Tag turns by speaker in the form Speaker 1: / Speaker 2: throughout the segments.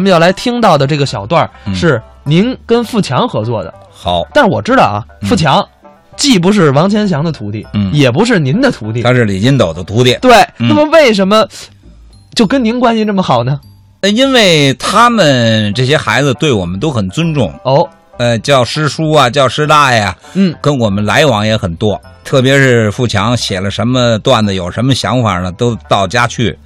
Speaker 1: 咱们要来听到的这个小段儿
Speaker 2: 嗯
Speaker 1: 是您跟富强合作的，
Speaker 2: 好，
Speaker 1: 但是我知道啊，
Speaker 2: 嗯
Speaker 1: 富强既不是王千祥的徒弟，
Speaker 2: 嗯
Speaker 1: 也不是您的徒弟，
Speaker 2: 他是李金斗的徒弟。
Speaker 1: 对，
Speaker 2: 嗯
Speaker 1: 那么为什么就跟您关系这么好呢？
Speaker 2: 呃因为他们这些孩子对我们都很尊重，
Speaker 1: 哦，
Speaker 2: 呃，叫师叔啊，叫师大呀，
Speaker 1: 嗯，
Speaker 2: 跟我们来往也很多。特别是富强写了什么段子，有什么想法呢，都到家去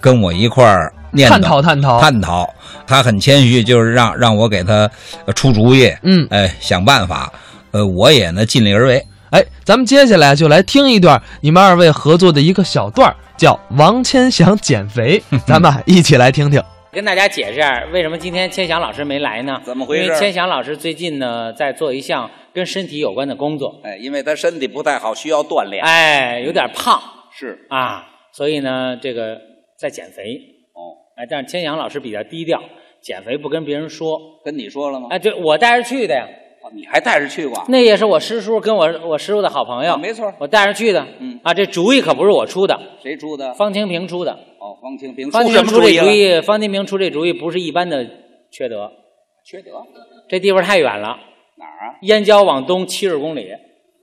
Speaker 2: 跟我一块儿念叨
Speaker 1: 探讨探讨，
Speaker 2: 探讨。他很谦虚，就是让让我给他呃出主意，
Speaker 1: 嗯，
Speaker 2: 哎、想办法。呃，我也呢尽力而为。
Speaker 1: 哎，咱们接下来就来听一段你们二位合作的一个小段儿，叫《王千祥减肥》， 咱们啊一起来听听。
Speaker 3: 跟大家解释一下，为什么今天千祥老师没来呢？
Speaker 2: 怎么回事
Speaker 3: 因为千祥老师最近呢，在做一项跟身体有关的工作，
Speaker 2: 哎，因为他身体不太好，需要锻炼。
Speaker 3: 哎，有点胖
Speaker 2: 是
Speaker 3: 啊，所以呢，这个在减肥。
Speaker 2: 哦，
Speaker 3: 哎，但是千祥老师比较低调，减肥不跟别人说。
Speaker 2: 跟你说了吗哦
Speaker 3: 哎，对我带着去的呀，
Speaker 2: 你还带着去过？啊
Speaker 3: 那也是我师叔跟我我师傅的好朋友，
Speaker 2: 没错
Speaker 3: 我带着去的。
Speaker 2: 嗯
Speaker 3: 啊，这主意可不是我出的，
Speaker 2: 谁出的？
Speaker 3: 方清平出的。
Speaker 2: 哦，方清平
Speaker 3: 方
Speaker 2: 出
Speaker 3: 清
Speaker 2: 什
Speaker 3: 平
Speaker 2: 么
Speaker 3: 出这主
Speaker 2: 意了？
Speaker 3: 意，方清平出这主意不是一般的缺德，
Speaker 2: 缺德
Speaker 3: 这地方太远了。
Speaker 2: 哪儿啊？
Speaker 3: 燕郊往东七十公里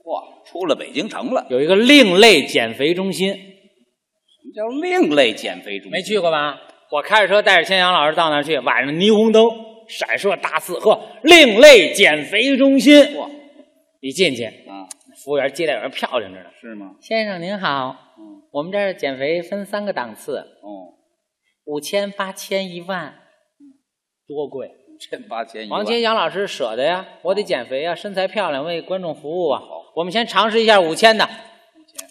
Speaker 2: 哇，出了北京城了。
Speaker 3: 有一个另类减肥中心，
Speaker 2: 什么叫另类减肥中心？
Speaker 3: 没去过吧？我开着车带着千阳老师到那儿去，晚上霓虹灯闪烁，大四喝“另类减肥中心”。
Speaker 2: 哇
Speaker 3: 一进去，
Speaker 2: 啊？
Speaker 3: 服务员接待有人漂亮着呢。
Speaker 2: 是吗？
Speaker 3: 先生您好，我们这儿减肥分三个档次，
Speaker 2: 哦，
Speaker 3: 五千、八千、一万，多贵！
Speaker 2: 千八千一万
Speaker 3: 王千祥老师舍得呀，我得减肥啊，身材漂亮，为观众服务啊。我们先尝试一下五千的，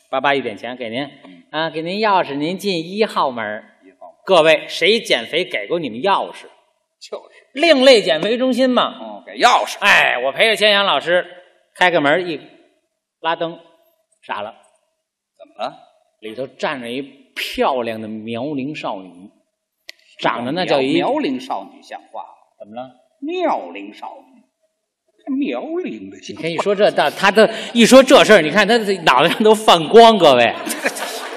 Speaker 3: 八八一点钱给您，啊，给您钥匙，您进一号门儿。
Speaker 2: 一号吗
Speaker 3: 各位，谁减肥给过你们钥匙？
Speaker 2: 就是
Speaker 3: 另类减肥中心嘛。
Speaker 2: 哦，给钥匙。
Speaker 3: 哎，我陪着千祥老师开个门儿一拉灯，傻了，
Speaker 2: 怎么了？
Speaker 3: 里头站着一漂亮的辽宁少女，长得那
Speaker 2: 苗
Speaker 3: 叫一
Speaker 2: 苗龄少女像话吗？
Speaker 3: 怎么了？
Speaker 2: 妙龄少女，妙龄的
Speaker 3: 你
Speaker 2: 像话
Speaker 3: 看一说这，到他的一说这事儿，你看他这脑袋上都泛光，各位。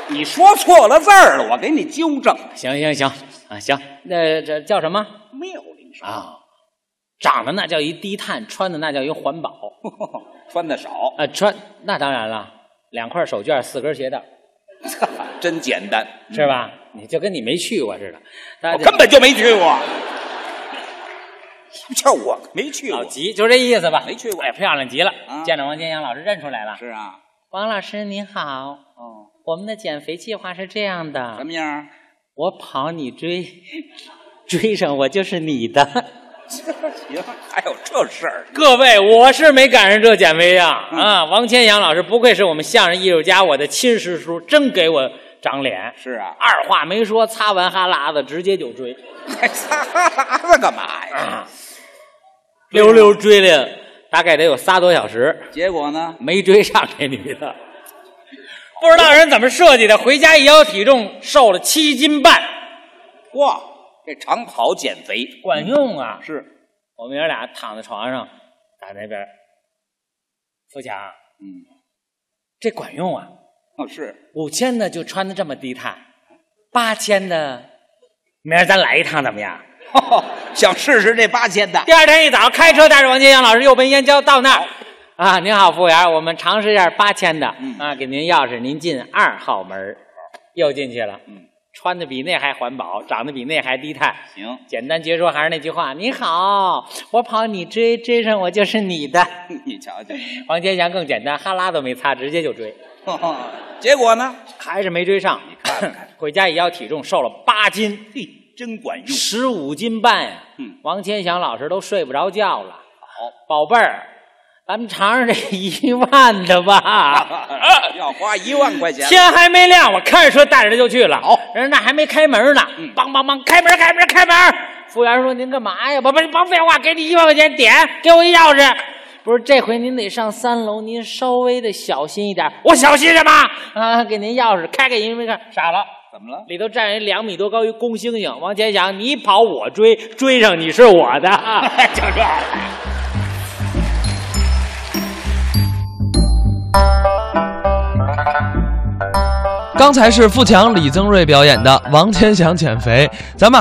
Speaker 2: 你说错了字儿了，我给你纠正。
Speaker 3: 行行行啊，行，那这叫什么
Speaker 2: 妙龄少
Speaker 3: 啊？长得那叫一低碳，穿的那叫一环保
Speaker 2: 女， 穿的 少，
Speaker 3: 啊，穿那当然了，两块手绢，四根鞋带，
Speaker 2: 真简单。
Speaker 3: 是吧？你就跟你没去过似的，大
Speaker 2: 我
Speaker 3: 家
Speaker 2: 根本就没去过， 什么叫我没去
Speaker 3: 老
Speaker 2: 过？
Speaker 3: 急，就这意思吧。
Speaker 2: 没去过
Speaker 3: 哎，漂亮极了
Speaker 2: 啊！
Speaker 3: 见着王建阳老师认出来了，
Speaker 2: 是啊，
Speaker 3: 王老师您好，
Speaker 2: 哦，
Speaker 3: 我们的减肥计划是这样
Speaker 2: 什
Speaker 3: 的，
Speaker 2: 么样？
Speaker 3: 我跑你追，追上我就是你的。
Speaker 2: 行，还有这事儿？
Speaker 3: 各位，我是没赶上这减肥呀！啊，王千祥老师不愧是我们相声艺术家，我的亲师叔，真给我长脸，
Speaker 2: 是啊，
Speaker 3: 二话没说，擦完哈喇子直接就追，
Speaker 2: 还擦哈喇子干嘛呀？
Speaker 3: 溜溜追了大概得有仨多小时，
Speaker 2: 结果呢？
Speaker 3: 没追上这女的。不知道人怎么设计的，回家一腰体重瘦了七斤半，
Speaker 2: 哇，这长跑减肥
Speaker 3: 管用啊！
Speaker 2: 嗯是，
Speaker 3: 我们爷俩躺在床上，打那边，富强，
Speaker 2: 嗯，
Speaker 3: 这管用啊！
Speaker 2: 哦是，
Speaker 3: 五千的就穿的这么低碳，八千的，明儿咱来一趟怎么样？
Speaker 2: 哦想试试这八千的
Speaker 3: 第二天一早开车带着王金阳老师又奔燕郊到那儿，啊，您好，服务员，我们尝试一下八千的，
Speaker 2: 嗯
Speaker 3: 啊，给您钥匙，您进二号门儿又进去了，
Speaker 2: 嗯，
Speaker 3: 穿的比那还环保，长得比那还低碳。
Speaker 2: 行，
Speaker 3: 简单结束还是那句话，你好，我跑你追，追上我就是你的。
Speaker 2: 你瞧瞧，
Speaker 3: 王金阳更简单，哈拉都没擦，直接就追，
Speaker 2: 哦结果呢？
Speaker 3: 还是没追上。 回家一腰体重瘦了八斤。
Speaker 2: 嘿，真管用，
Speaker 3: 十五斤半呀、
Speaker 2: 嗯
Speaker 3: 王千祥老师都睡不着觉了。宝贝儿，咱们尝尝这一万 的吧。
Speaker 2: 要花一万块钱，
Speaker 3: 天还没亮，我开着车带着他就去了。
Speaker 2: 好
Speaker 3: 人家那还没开门呢
Speaker 2: 嗯，
Speaker 3: 梆梆梆，开门开门开门！服务员说：“您干嘛呀？不不，甭废话，给你一万块钱，点，给我一钥匙。”不是，这回您得上三楼，您稍微的小心一点。我小心什么？啊，给您钥匙，开给您没看，傻了。
Speaker 2: 怎么了？
Speaker 3: 里头站人两米多高一公猩猩，王千祥，你跑我追，追上你是我的，就这样。
Speaker 1: 刚才是富强、李增瑞表演的《王千祥减肥》，咱们